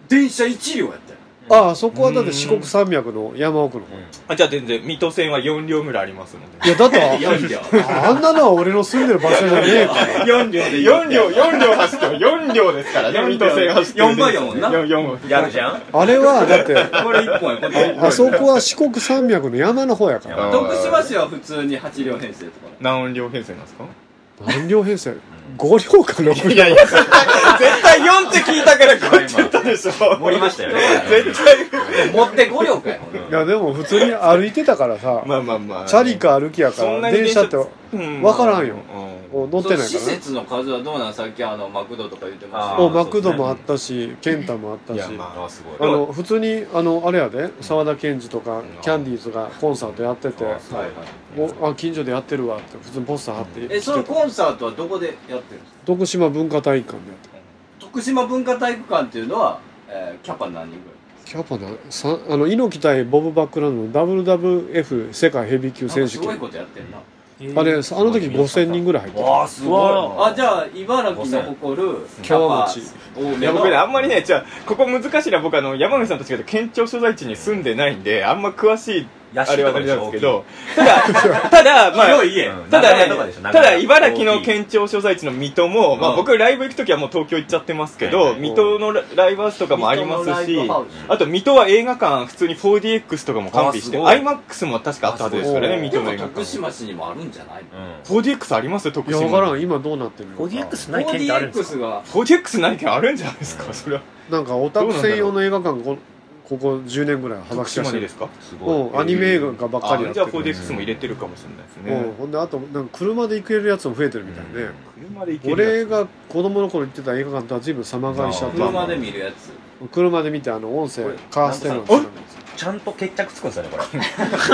Speaker 2: 電車一両やったよ
Speaker 1: ああそこはだって四国山脈の山奥の方
Speaker 3: あじゃあ全然、水戸線は4両ぐらいありますので。
Speaker 1: いやだってあ
Speaker 2: 4両
Speaker 1: あんなのは俺の住んでる場所じゃねえから
Speaker 2: 4両で
Speaker 3: 4両、4両走っても4両ですからね、
Speaker 2: 四
Speaker 3: 水
Speaker 2: 両
Speaker 3: 戸線走ってる。
Speaker 2: 四倍やもんな
Speaker 3: 四四
Speaker 5: やるじゃん
Speaker 1: あれはだって
Speaker 2: これ1本やこれ
Speaker 1: あそこは四国山脈の山の方やから
Speaker 5: あ
Speaker 2: 徳島市は普通に8両編成とか
Speaker 3: 何音量編成なんですか
Speaker 1: 何両編成5両か6
Speaker 3: いやいや、絶対4って聞いたからこっち言ったでしょ。
Speaker 5: 盛りましたよね
Speaker 3: 絶 対。
Speaker 2: 持って5両かよほ
Speaker 1: 両
Speaker 2: んなら
Speaker 1: いやでも普通に歩いてたからさ
Speaker 3: まあまあまあ。
Speaker 1: チャリか歩きやから電車って
Speaker 3: わ
Speaker 1: わからんよ
Speaker 3: う
Speaker 1: お乗ってない
Speaker 2: そ
Speaker 1: から
Speaker 2: の施
Speaker 1: ね
Speaker 2: 設の数はどうなんさっきあのマクドとか言ってま
Speaker 5: あ
Speaker 2: し
Speaker 5: ー
Speaker 1: おマクドもあったしケンタもあった
Speaker 3: い
Speaker 1: し
Speaker 3: や、ま
Speaker 5: ああすごい
Speaker 1: あの普通にあのあれやで沢田研二とかキャンディーズがコンサートやってて
Speaker 5: あす
Speaker 2: た
Speaker 5: ご
Speaker 2: はいいはい
Speaker 1: おあ近所でやってるわって普通にポスター貼って
Speaker 2: えそのコンサートはどこでやってるんですか
Speaker 1: 徳島文化体育館でやってる
Speaker 2: 徳島文化体育館っていうのは、えーキャパ何人ぐ
Speaker 1: キャパなさあの猪木対ボブ・バックランドの WWF 世界ヘビー級
Speaker 2: らいな
Speaker 1: 選手
Speaker 2: んかすごい
Speaker 1: 権
Speaker 2: ことやってんな
Speaker 1: あれあの時5000人ぐらい入ってる
Speaker 5: わあすごい
Speaker 2: あじゃあ茨城の誇るキャパ多
Speaker 3: い
Speaker 2: め
Speaker 3: や
Speaker 2: の
Speaker 3: 僕ね、あんまりね、じゃあ、ここ難しいな、僕あの、山口さんと違って、県庁所在地に住んでないんで、あんま詳しい、
Speaker 5: 屋
Speaker 3: あ
Speaker 5: 敷
Speaker 3: れは
Speaker 5: と
Speaker 3: あれ
Speaker 5: かでし
Speaker 3: なんで
Speaker 5: ょ
Speaker 3: すけど、ただ、ただ、まあ、
Speaker 2: 広い家
Speaker 5: うん
Speaker 3: ただ
Speaker 5: 長屋とか
Speaker 3: ね
Speaker 5: でしょ、
Speaker 3: た
Speaker 5: 長屋
Speaker 3: だ茨城の県庁所在地の水戸も、まあ
Speaker 5: うん
Speaker 3: 僕ライブ行く時はもう東京行っちゃってますけ
Speaker 5: はい
Speaker 3: ど、
Speaker 5: はい
Speaker 3: 水戸のラライブハウスとかもありま
Speaker 2: 水
Speaker 3: す
Speaker 2: 戸
Speaker 3: し
Speaker 2: のライブハウス、
Speaker 3: あと水戸は映画館普通に 4DX とかも完備して、
Speaker 5: あすご
Speaker 3: IMAX も確かあったはずですから
Speaker 1: あすご
Speaker 3: ね、
Speaker 1: い
Speaker 2: で
Speaker 3: 水戸の
Speaker 2: も
Speaker 3: 映画
Speaker 2: 徳
Speaker 3: 館。
Speaker 2: 島市にもあるんじゃない
Speaker 5: うん
Speaker 3: 4DX ありますよ、徳
Speaker 1: いや
Speaker 3: 島。
Speaker 1: 分からん今どうなってるのか
Speaker 4: 5DX ない県ってあるんです
Speaker 2: 5DX
Speaker 4: か
Speaker 2: が
Speaker 3: 4DX ない件あるんじゃないですか、それは。
Speaker 1: なんかオタク専用の映画館こここ10年ぐらい幅利
Speaker 3: 徳
Speaker 1: かし
Speaker 3: 島
Speaker 1: て
Speaker 3: に
Speaker 1: る
Speaker 3: ですか
Speaker 5: すごい
Speaker 1: うんアニメ映画ばっかりや
Speaker 3: あ
Speaker 1: っ
Speaker 3: じゃあ
Speaker 1: てる
Speaker 3: 4DX も入れてるかもしれないで
Speaker 1: う
Speaker 3: す
Speaker 1: ん
Speaker 3: ね。
Speaker 1: ほんであとなんか車で行けるやつも増えてるみたいね
Speaker 3: 車で行けるや
Speaker 1: 俺
Speaker 3: つ
Speaker 1: が子供の頃行ってた映画館とは随分様変わりしちゃった
Speaker 2: 車で見るやつ
Speaker 1: 車で見てあの音
Speaker 5: こ
Speaker 1: 声
Speaker 5: れ
Speaker 1: カーステルの
Speaker 3: なん
Speaker 5: ちゃんと決着つくんですよねこれ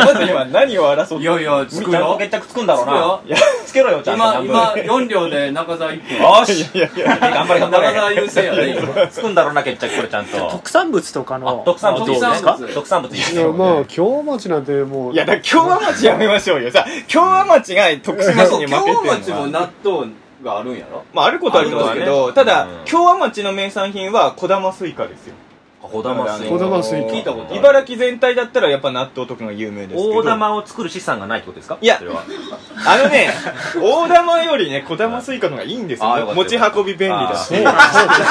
Speaker 3: まず今何を争って
Speaker 2: いやいやつく
Speaker 5: ちゃんと
Speaker 2: よ
Speaker 5: 決着つくんだろうなつけろよちゃんと
Speaker 2: 今
Speaker 5: 半分
Speaker 2: 今4両で中澤1本
Speaker 5: よし
Speaker 3: いやいや
Speaker 5: 頑張れ頑
Speaker 2: 中澤
Speaker 5: 張
Speaker 2: 優勢やね 今
Speaker 5: れつくんだろうな決着これちゃんと
Speaker 4: 特産物とか
Speaker 5: あ
Speaker 4: の
Speaker 5: 特産
Speaker 4: ど
Speaker 5: 物
Speaker 4: うです
Speaker 2: 特産
Speaker 4: か
Speaker 2: 物
Speaker 5: 特産物いいです
Speaker 1: いや
Speaker 5: よ
Speaker 1: まあ京町なんてもう
Speaker 3: いや、だから京和町やめましょうよ。さ、京和町が徳島市に負けてるの
Speaker 2: 京
Speaker 3: は
Speaker 2: 町も納豆があるんやろ
Speaker 3: まあ、あることはありますけ
Speaker 5: あるのは
Speaker 3: ど、
Speaker 5: ね
Speaker 3: ただ
Speaker 5: うん、
Speaker 3: 京和町の名産品は小玉スイカですよ。
Speaker 5: 小玉水
Speaker 1: 小玉水
Speaker 2: 聞いたことある
Speaker 3: 茨城全体だったらやっぱ納豆とかが有名ですけど
Speaker 5: 大玉を作る資産がないってことですか
Speaker 3: いや
Speaker 5: それは
Speaker 3: あのね 大玉よりね小玉スイカの方がいいんです
Speaker 5: あーよか
Speaker 3: よ
Speaker 5: った
Speaker 3: 持ち運び便利だし
Speaker 5: あ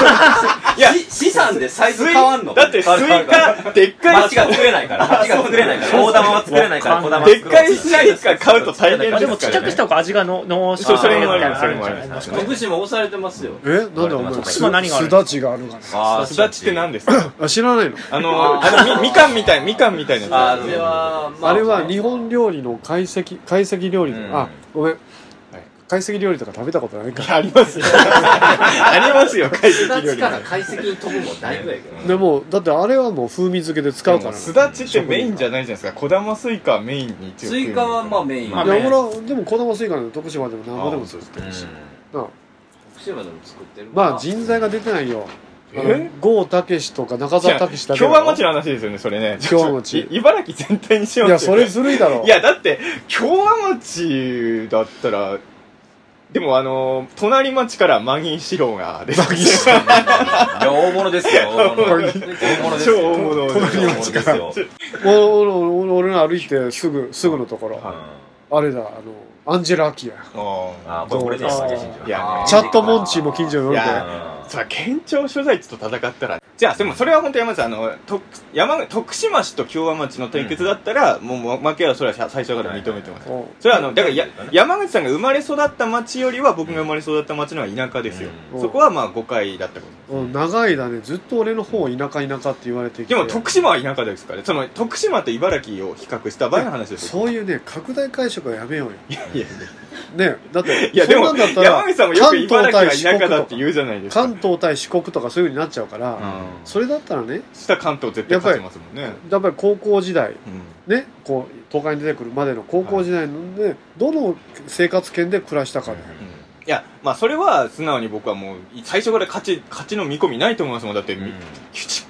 Speaker 3: いや
Speaker 2: し資産でサイズ
Speaker 3: スイ
Speaker 2: 変わんの
Speaker 3: だってスイ
Speaker 5: 変わる変わる変わ
Speaker 3: カ でっかい
Speaker 5: 町が作れないから町が作れないから大玉は作れないから小玉は
Speaker 3: でっ
Speaker 5: 作れな
Speaker 3: かいスイカ買うと大変ですから、ね、
Speaker 4: でもちっちゃくした方が味がの濃
Speaker 3: そう
Speaker 5: それもあり
Speaker 4: る
Speaker 5: ますそれもあります
Speaker 4: 確かに
Speaker 2: 徳島押されてますよ
Speaker 1: えなんだお前
Speaker 5: 徳
Speaker 1: す
Speaker 4: 島何がある
Speaker 1: すだちがあるがね
Speaker 5: あー
Speaker 3: すだちって何ですか
Speaker 1: あ知らないの
Speaker 3: あのあのみみかんみたいみかんみたいな
Speaker 2: あ
Speaker 3: やつ
Speaker 2: れは、ま
Speaker 1: あれは日本料理の懐石懐石料理とか、
Speaker 3: うん
Speaker 1: あごめん懐石料理とか食べたことないか
Speaker 3: いやありますよ ありますよ解析
Speaker 2: すだ
Speaker 3: 料
Speaker 2: ち
Speaker 3: 理
Speaker 2: から解析に飛ぶもんだいぶやけど
Speaker 1: らでもだってあれはもう風味付けで使うからね
Speaker 3: すだちってメインじゃないじゃないですか小玉スイカはメインに一応
Speaker 2: スイカはまあメイン
Speaker 4: まあ
Speaker 1: いや俺はでも子供スイカなんで徳島でも何ぼでも作って
Speaker 5: い
Speaker 1: るしな
Speaker 2: 徳島でも作ってる
Speaker 1: まあ人材が出てないよあの
Speaker 3: え
Speaker 1: 郷武志とか中
Speaker 3: じゃ
Speaker 1: 澤
Speaker 3: あ
Speaker 1: 武志だけ
Speaker 3: 京
Speaker 1: だろ
Speaker 3: 和町の話ですよねそれね
Speaker 1: 京和町
Speaker 3: ちょっとい茨城全体にしよう
Speaker 1: い
Speaker 3: って
Speaker 1: やそれずるいだろ
Speaker 3: いやだって京和町だったらでもあの隣町からマギー四郎が出てきて
Speaker 5: や大物です よ大物大物ですよ
Speaker 3: 超大物です
Speaker 5: 大物ですよ
Speaker 1: 俺俺俺俺の歩いてすぐすぐのところ、
Speaker 5: うん
Speaker 1: あれだあのアンジェラ・アキや
Speaker 5: あーこれこれですね新庄
Speaker 3: いや
Speaker 1: チャットモンチーも近所におる
Speaker 3: いや
Speaker 1: で
Speaker 5: う
Speaker 3: さあ県庁所在地と戦ったらじゃあでもそれは本当山口さんあの徳山徳島市と京和町の対決だったら、もう負けはそれは最初から認めてます、
Speaker 1: うん
Speaker 3: それはあのだからや山口さんが生まれ育った町よりは僕が生まれ育った町の方が田舎ですよ、
Speaker 1: うん
Speaker 3: そこはまあ誤解だったこと
Speaker 1: うん、長い間ねずっと俺の方田舎田舎って言われてきて
Speaker 3: でも徳島は田舎ですからねその徳島と茨城を比較した場合の話ですよ
Speaker 1: そういうね拡大解釈はやめようよ
Speaker 3: いや
Speaker 1: ねだって
Speaker 3: いやでも
Speaker 1: そんなんだった
Speaker 3: 山
Speaker 1: ら
Speaker 3: 口さんもよく
Speaker 1: 関東
Speaker 3: 茨
Speaker 1: 対
Speaker 3: 城
Speaker 1: 四国
Speaker 3: は田舎だって
Speaker 1: と
Speaker 3: 言うじゃないです
Speaker 1: か
Speaker 3: か
Speaker 1: 関東対四国とかそういう風になっちゃうから、
Speaker 3: うん
Speaker 1: それだったらね
Speaker 3: 下関東絶対勝ちますもんね、
Speaker 1: やっぱり高校時代
Speaker 3: うん
Speaker 1: ねこう東海に出てくるまでの高校時代のね、どの生活圏で暮らしたかね、
Speaker 3: いや、まあ、それは素直に僕はもう最初から勝ち勝ちの見込みないと思いますもんだって、み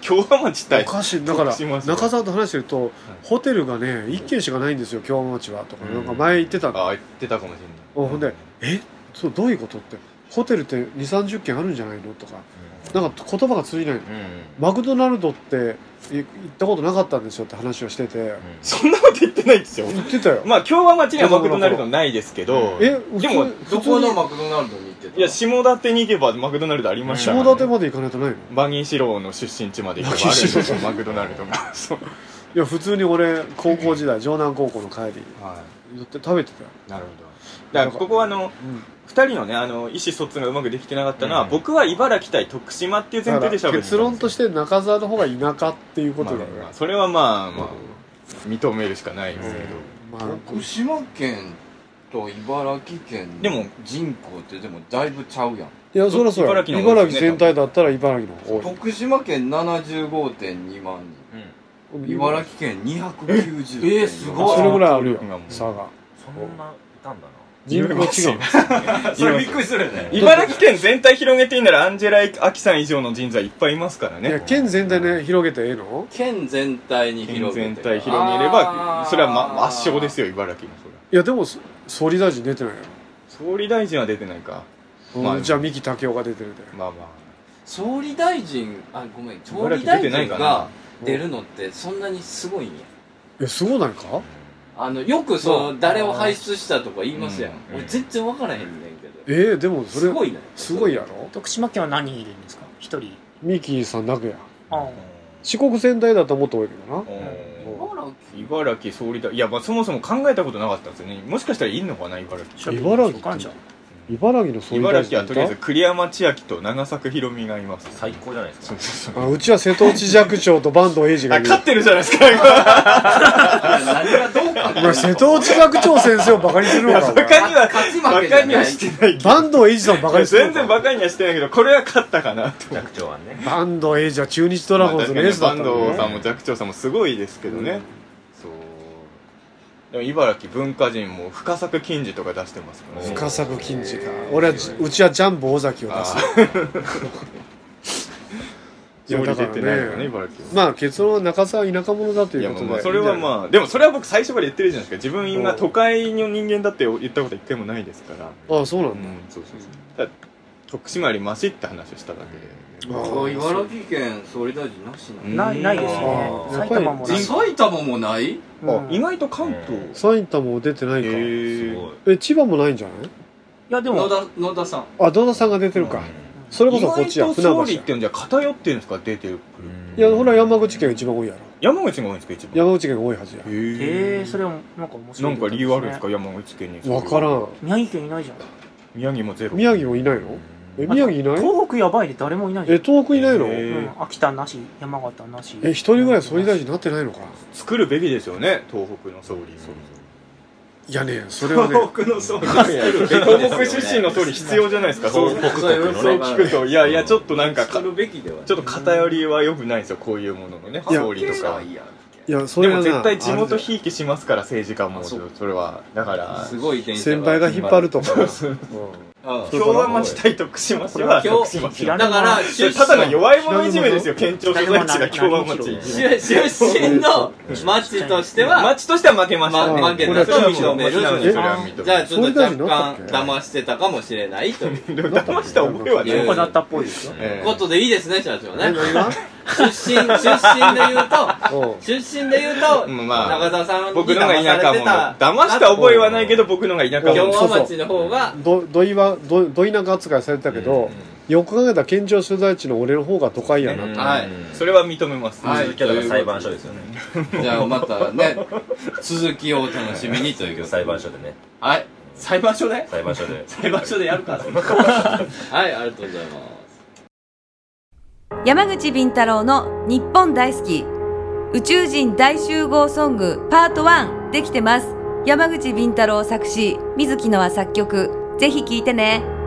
Speaker 3: 京浜町対
Speaker 1: おかしいだから
Speaker 3: 得しますよ
Speaker 1: 中澤と話してると、ホテルがね1軒しかないんですよ京浜町はとか、
Speaker 5: うん
Speaker 1: なんか前言ってたの
Speaker 3: ああ言ってたかもしれない
Speaker 1: おほんでえそうどういうことってホテルって2 3 0軒あるんじゃないのとかなんか言葉が通じないの
Speaker 5: うん
Speaker 1: マクドナルドってい行ったことなかったんですよって話をしてて
Speaker 3: そんなこと言ってないですよ
Speaker 1: 言ってたよ
Speaker 3: まあ京和町にはマクドナルドないですけど
Speaker 5: うん
Speaker 1: え
Speaker 3: でも
Speaker 1: 普通
Speaker 2: ど
Speaker 1: に
Speaker 2: このマクドナルドに行ってた
Speaker 3: いや下館に行けばマクドナルドありましたから
Speaker 1: 下館まで行かないとないの
Speaker 3: バギー四郎の出身地まで行けばあるんですよマクドナルドがそう、
Speaker 1: いや普通に俺高校時代城南高校の帰り
Speaker 3: は
Speaker 1: 寄って食べてたよ
Speaker 3: い、なるほどだからここはあの2人のねあの意思疎通がうまくできてなかったのは、僕は茨城対徳島っていう前
Speaker 1: だか
Speaker 3: 提で
Speaker 1: ら
Speaker 3: しゃべ
Speaker 1: 結論として中澤の方が田舎っていうことだよね
Speaker 3: まあまあそれはまあまあ認めるしかないですけど、
Speaker 1: ま
Speaker 2: 徳島県と茨城県の
Speaker 3: でも
Speaker 2: 人口ってでもだいぶちゃうやん
Speaker 1: いやそろそろ
Speaker 3: 茨
Speaker 1: 茨
Speaker 3: 城の方が多い
Speaker 1: 城全体だったら茨城の方が
Speaker 2: 徳島県75.2万
Speaker 1: 多
Speaker 2: 人
Speaker 1: い
Speaker 2: 茨城県290
Speaker 5: ええすご
Speaker 1: それぐらいあるよ
Speaker 3: うん
Speaker 1: 差が
Speaker 5: そんないたんだな
Speaker 1: 人口違う
Speaker 2: それびっくりするよね
Speaker 3: 茨城県全体広げていいならアンジェラ・アキさん以上の人材いっぱいいますから
Speaker 1: いや
Speaker 3: ね
Speaker 1: 県全体ね広げてええの
Speaker 2: 県全体に
Speaker 3: 県
Speaker 2: 広げて
Speaker 3: 全体広げればそれは、ま、圧勝です
Speaker 2: よ
Speaker 3: よ茨城もそれはい
Speaker 1: やでもそ総理大臣出てないよ、
Speaker 3: 総理大臣は出てないか
Speaker 1: うん
Speaker 3: まあ
Speaker 1: じゃあ三木武雄が出てるで
Speaker 3: まあま
Speaker 2: 総理大臣あごめん総
Speaker 3: 茨
Speaker 2: 理
Speaker 3: 城出
Speaker 2: 大
Speaker 3: てない
Speaker 2: 臣
Speaker 3: かな
Speaker 2: が出るのってそんなにすごいんや
Speaker 1: えすごないか
Speaker 2: あのよくその誰を輩出したとか言いますやん、
Speaker 5: うん
Speaker 2: 俺全然分からへんねんけど
Speaker 1: えー、でもそれ
Speaker 2: すごいね
Speaker 1: すごいやろ
Speaker 4: 徳島県は何人いるんですか一人
Speaker 1: ミキさんだけや
Speaker 4: あ
Speaker 3: あ
Speaker 1: 四国全体だともっと多いけどな
Speaker 3: うん
Speaker 2: 茨城
Speaker 3: 茨城総理大いやまあそもそも考えたことなかったんですよねもしかしたらいいのかな茨城
Speaker 4: あ
Speaker 1: 茨城って
Speaker 4: かんじゃん
Speaker 1: 茨城の総理
Speaker 3: 茨
Speaker 1: 大
Speaker 3: 城は
Speaker 1: 臣
Speaker 3: とりあえ
Speaker 1: い
Speaker 3: ず栗山千明と長作ひろみがいます
Speaker 5: 最高じゃないです
Speaker 3: そ
Speaker 5: か
Speaker 3: うそうそ
Speaker 1: た
Speaker 3: う
Speaker 1: あうちは瀬戸内寂聴と坂東英二
Speaker 3: あ
Speaker 1: がいる
Speaker 3: 勝ってるじゃないですか
Speaker 2: あ何がどうか
Speaker 1: お前瀬戸内寂聴先生をバカにするのかお前
Speaker 3: バカには
Speaker 2: 勝ち
Speaker 3: バ
Speaker 2: 負けじ
Speaker 3: カ
Speaker 2: ゃ
Speaker 3: に
Speaker 2: な
Speaker 3: はいしてないけど
Speaker 1: 坂東英二さんをバカにする
Speaker 3: 全
Speaker 1: のか
Speaker 3: 然バカにはしてないけどこれは勝ったかなと
Speaker 5: 弱長はね
Speaker 1: 坂東英二は中日ドラゴンズのエースだった
Speaker 3: まあ
Speaker 1: の
Speaker 3: 確か
Speaker 1: ね
Speaker 3: に坂東さんも寂聴さんもすごいですけどね、
Speaker 1: うん
Speaker 3: そうでも茨城文化人も深作金次とか出してますからね
Speaker 1: 深作金次か俺はじうちはジャンボ尾崎を出す
Speaker 3: あ
Speaker 1: いや
Speaker 3: 上
Speaker 1: だ
Speaker 3: り
Speaker 1: か
Speaker 3: 出
Speaker 1: ら
Speaker 3: てないからね
Speaker 1: ね
Speaker 3: 茨城は
Speaker 1: まあ結論は中澤は田舎者だと
Speaker 3: い
Speaker 1: い
Speaker 3: や
Speaker 1: うこ
Speaker 3: まあ
Speaker 1: と
Speaker 3: ま
Speaker 1: で
Speaker 3: あそれはまあでもそれは僕最初から言ってるじゃないですか自分が都会の人間だって言ったことは一回もないですから
Speaker 1: ああそうな
Speaker 3: うん
Speaker 1: だ、
Speaker 3: んそうそうそうだから徳島よりマシって話をしただけで
Speaker 1: あ
Speaker 2: あ茨城県総理大臣なし
Speaker 3: うん
Speaker 4: ないないですね
Speaker 1: あー
Speaker 4: 埼玉も
Speaker 2: な
Speaker 4: な
Speaker 2: の
Speaker 4: い
Speaker 2: 埼玉もない
Speaker 3: あ
Speaker 4: うん
Speaker 3: 意
Speaker 4: い
Speaker 3: 外と関東
Speaker 5: うん
Speaker 1: 埼玉も出てないか、
Speaker 3: へ
Speaker 5: す
Speaker 3: ー
Speaker 5: ごい
Speaker 1: え千葉もないんじゃない
Speaker 4: やで
Speaker 2: 野
Speaker 4: も
Speaker 2: 田野田さん
Speaker 1: あ野田さんが出てるか、それこ
Speaker 3: 意
Speaker 1: そこっ
Speaker 3: 外
Speaker 1: ちや
Speaker 3: と
Speaker 1: 船橋
Speaker 3: 総理
Speaker 1: や
Speaker 3: ってのじゃ偏ってるんですか出てる
Speaker 1: いやほら山口県が一番多いやろ
Speaker 3: 山口が多いんですか一番
Speaker 1: 山口県が多いはずや
Speaker 3: へ
Speaker 4: ええそれ
Speaker 3: は
Speaker 4: もなんか面白
Speaker 3: ないん
Speaker 4: こ
Speaker 3: か
Speaker 4: と
Speaker 3: 理
Speaker 4: ですね
Speaker 3: 由あるんですか山口県に
Speaker 1: 分からん
Speaker 4: 宮城県いないじゃん
Speaker 3: 宮城もゼロ
Speaker 1: 宮城もいないのえ宮城いない
Speaker 4: 東北やばいで誰もいないじゃ
Speaker 1: え
Speaker 4: ん
Speaker 1: 東北いないの
Speaker 3: へ
Speaker 1: え
Speaker 3: え
Speaker 4: うん秋田なし山形なし
Speaker 1: 一人ぐらい総理大臣になってないのか
Speaker 3: 作るべきですよね東北の総理
Speaker 1: いやねそれはね
Speaker 3: 北の総理東北出身の総理必要じゃないですかそう
Speaker 5: 北国のね
Speaker 3: そう聞くといやいやちょっとなんか
Speaker 2: 作
Speaker 3: かち
Speaker 2: るべきでは
Speaker 3: ょっと偏りは良くないですよこういうもののね
Speaker 1: いや
Speaker 3: 総理とか
Speaker 2: いや
Speaker 1: いやそ
Speaker 3: で
Speaker 1: れは
Speaker 3: も
Speaker 1: な
Speaker 3: 絶対地
Speaker 1: あれだ
Speaker 3: 元
Speaker 1: よ
Speaker 3: ひいきしますから政治家も
Speaker 2: あそう
Speaker 3: それはだから
Speaker 2: すごい電車
Speaker 1: 先輩が引っ張るとかな
Speaker 2: あ
Speaker 3: 共和町対徳島市は
Speaker 2: 共
Speaker 3: 徳島市
Speaker 4: 平
Speaker 2: あだから
Speaker 3: それ
Speaker 2: 出
Speaker 3: ただの
Speaker 2: 身
Speaker 3: 弱い者いじめですよ県庁所在地が共和町いじめ
Speaker 2: 出出身の町としては
Speaker 3: 町としては負けましたね
Speaker 1: あ負けた
Speaker 3: これは
Speaker 1: それは
Speaker 3: 認める
Speaker 2: それは
Speaker 1: 認める
Speaker 3: それは認める
Speaker 2: じゃあちょっと
Speaker 1: 総理大臣な
Speaker 2: 若
Speaker 1: かった
Speaker 2: 干
Speaker 1: っけ
Speaker 2: 騙してたかもしれないという
Speaker 3: でも騙した覚えは
Speaker 2: う
Speaker 4: ど
Speaker 2: ん
Speaker 4: こだ
Speaker 3: ね
Speaker 4: ったっぽいですよ
Speaker 3: え
Speaker 2: こ
Speaker 3: え
Speaker 2: とでいいですね社長ね
Speaker 1: え何が
Speaker 2: 出身出身で言うと
Speaker 1: うん
Speaker 2: 出身で言うと
Speaker 3: うんまあ
Speaker 2: 中澤さんに
Speaker 3: 僕のが
Speaker 2: 騙さ
Speaker 3: 田
Speaker 2: れ
Speaker 3: 舎
Speaker 2: て
Speaker 3: 者
Speaker 2: た
Speaker 3: 騙した覚えはないけど僕のが田舎
Speaker 1: そ
Speaker 2: 京
Speaker 1: うそう
Speaker 2: 和
Speaker 3: 者
Speaker 2: 町の方が
Speaker 1: どどいはどど田舎扱いされてたけど、よく考えたら県庁所在地の俺の方が都会やな、
Speaker 3: うん
Speaker 2: はい
Speaker 3: それは認めます
Speaker 2: はい
Speaker 5: 続きはだから裁判所ですよね
Speaker 2: じゃあまたね続きをお楽しみにという
Speaker 5: 裁判所でね
Speaker 2: はい裁判所で
Speaker 5: 裁判所で
Speaker 2: 裁判所でやるからはいありがとうございます
Speaker 8: 山口敏太郎の日本大好き宇宙人大集合ソングパート1できてます山口敏太郎作詞水木のは作曲ぜひ聴いてね